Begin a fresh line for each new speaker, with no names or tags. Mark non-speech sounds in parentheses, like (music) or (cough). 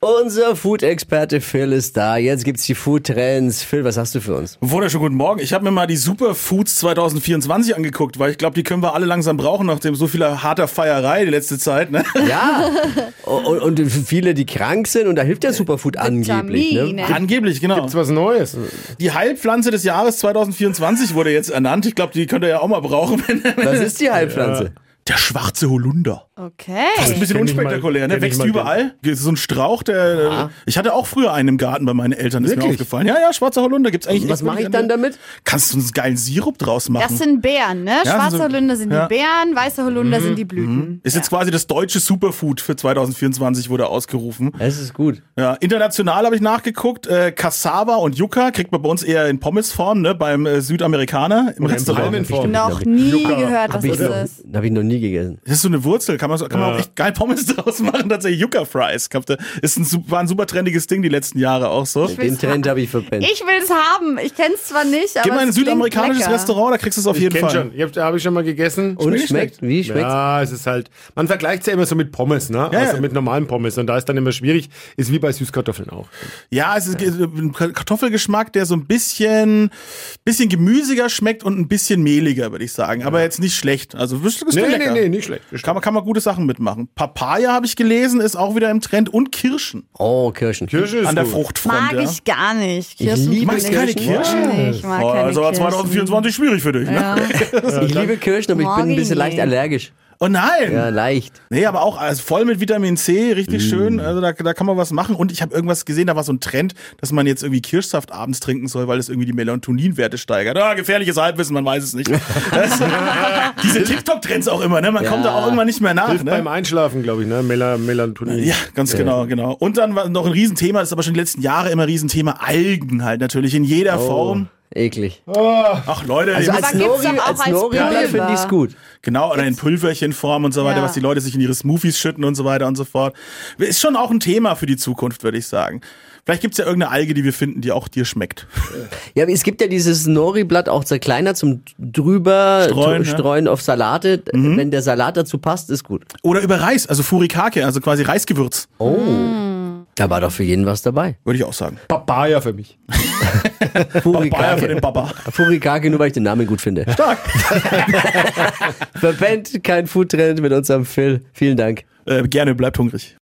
Unser Food-Experte Phil ist da. Jetzt gibt's die Food-Trends. Phil, was hast du für
(laughs)
uns?
Wunderschönen guten Morgen. Ich habe mir mal die Superfoods 2024 angeguckt, weil ich glaube, die können wir alle langsam brauchen, nachdem so vieler harter Feierei die letzte Zeit.
(laughs)
Ne?
Ja. und, und viele, die krank sind, und da hilft der Superfood
Äh,
angeblich. Ne?
Vitamine.
Angeblich, genau.
Gibt's was Neues?
Die Heilpflanze des Jahres 2024 wurde jetzt ernannt. Ich glaube, die könnt ihr ja auch mal brauchen. wenn-
(laughs)
Was ist die Heilpflanze?
Der schwarze Holunder. Das ist ein
Okay.
bisschen
Kenn ich mal-
unspektakulär,
kenn
ne?
ich
Wächst
mal
überall. Ist So ein Strauch, der. äh, Ich hatte auch früher einen im Garten bei meinen Eltern, ist mir
Wirklich?
aufgefallen. Ja, ja, schwarzer Holunder gibt's eigentlich.
Was
echt
mache ich
wirklich
dann
an der-
damit?
Kannst du einen geilen Sirup draus machen.
Das sind Beeren, ne?
sind
Schwarze
so-
Holunder sind
ja. Mhm.
die Beeren, weiße Holunder sind die Blüten.
ist jetzt quasi das deutsche Superfood für 2024 wurde ausgerufen.
Das ist gut.
Ja, international habe ich nachgeguckt. Äh, Cassava und Yucca kriegt man bei uns eher in Pommesform, ne? Beim äh, Südamerikaner im
Also,
Restaurant.
Palmenform.
Noch nie gehört, was
Hab ich,
das
noch,
ist.
hab ich noch nie gegessen.
Das ist so eine Wurzel, kann man, so, kann man auch echt geil Pommes (laughs) draus machen, tatsächlich Yucca Fries. Glaub, da Ist ein, su- war ein super trendiges Ding die letzten Jahre auch so.
will's
Den Trend habe ich verpennt.
Ich will es haben. Ich kenne es zwar nicht, aber.
Geh mal in ein
es klingt
südamerikanisches
lecker.
Restaurant, da kriegst du es auf
Ich
jeden
kenn
Fall.
schon. Ich hab- Habe ich schon mal gegessen.
und
schmeckt
schmeckt? Wie schmeckt's?
Ja, es ist halt, man vergleicht es ja immer so mit Pommes, ne?
Ja,
also
ja.
mit normalen Pommes. Und da ist dann immer schwierig, ist wie bei Süßkartoffeln auch.
Ja, es ist äh, ein Kartoffelgeschmack, der so ein bisschen, bisschen gemüsiger schmeckt und ein bisschen mehliger, würde ich sagen. Aber jetzt nicht schlecht. Also ist, ist
Nee, nee,
lecker.
nee, nicht schlecht.
Kann man, kann man gute Sachen mitmachen. Papaya habe ich gelesen, ist auch wieder im Trend und Kirschen
Oh, Kirschen.
Kirsche ist
an der
gut.
Fruchtfront.
Mag
ja.
ich gar nicht.
liebe
mag
Magst keine Kirschen?
Nee, ich mag
Boah, also
keine
das ist aber
Kirschen.
2024 schwierig für dich, ne?
Ja.
Ich liebe Kirschen, aber ich bin ein bisschen
Morgen,
leicht
nee.
allergisch.
(laughs) Oh nein!
Ja, leicht.
Nee, aber auch also voll mit Vitamin C, richtig schön. Also da, da kann man was machen. Und ich habe irgendwas gesehen, da war so ein Trend, dass man jetzt irgendwie Kirschsaft abends trinken soll, weil es irgendwie die Melatoninwerte steigert. Ah, gefährliches Halbwissen, man weiß es nicht. Das, diese TikTok-Trends auch immer, ne? Man kommt da auch irgendwann nicht mehr nach.
Hilft beim
Ne?
Einschlafen, glaube ich, ne? Mela- Melatonin.
Ja, ganz genau, genau. Und dann war noch ein Riesenthema, das ist aber schon die letzten Jahre immer ein Riesenthema, Algen halt natürlich in jeder Form.
Eklig.
Ach Leute,
Oh. Also
ihr
als
müsst-
gibt's
Nori,
doch auch
als
als
Nori
Pulver.
finde ich es gut.
Genau, oder in Pulverchenform und so weiter,
Ja.
was die Leute sich in ihre Smoothies schütten und so weiter und so fort. Ist schon auch ein Thema für die Zukunft, würde ich sagen. Vielleicht gibt's ja irgendeine Alge, die wir finden, die auch dir schmeckt.
Ja, aber es gibt ja dieses Nori-Blatt auch zerkleinert zum drüber
Streuen,
dr-
ja. Mhm.
streuen auf Salate. Wenn der Salat dazu passt, ist gut.
Oder über Reis, also Furikake, also quasi Reisgewürz,
Oh. Da war doch für jeden was dabei.
würde ich auch sagen.
Papaya für mich.
Bayer für den
Furikake.
Papa.
Furikake, nur weil ich den Namen gut finde. (laughs)
Stark.
Verpennt kein Foodtrend mit unserem Phil. Vielen Dank.
äh, gerne, bleibt hungrig.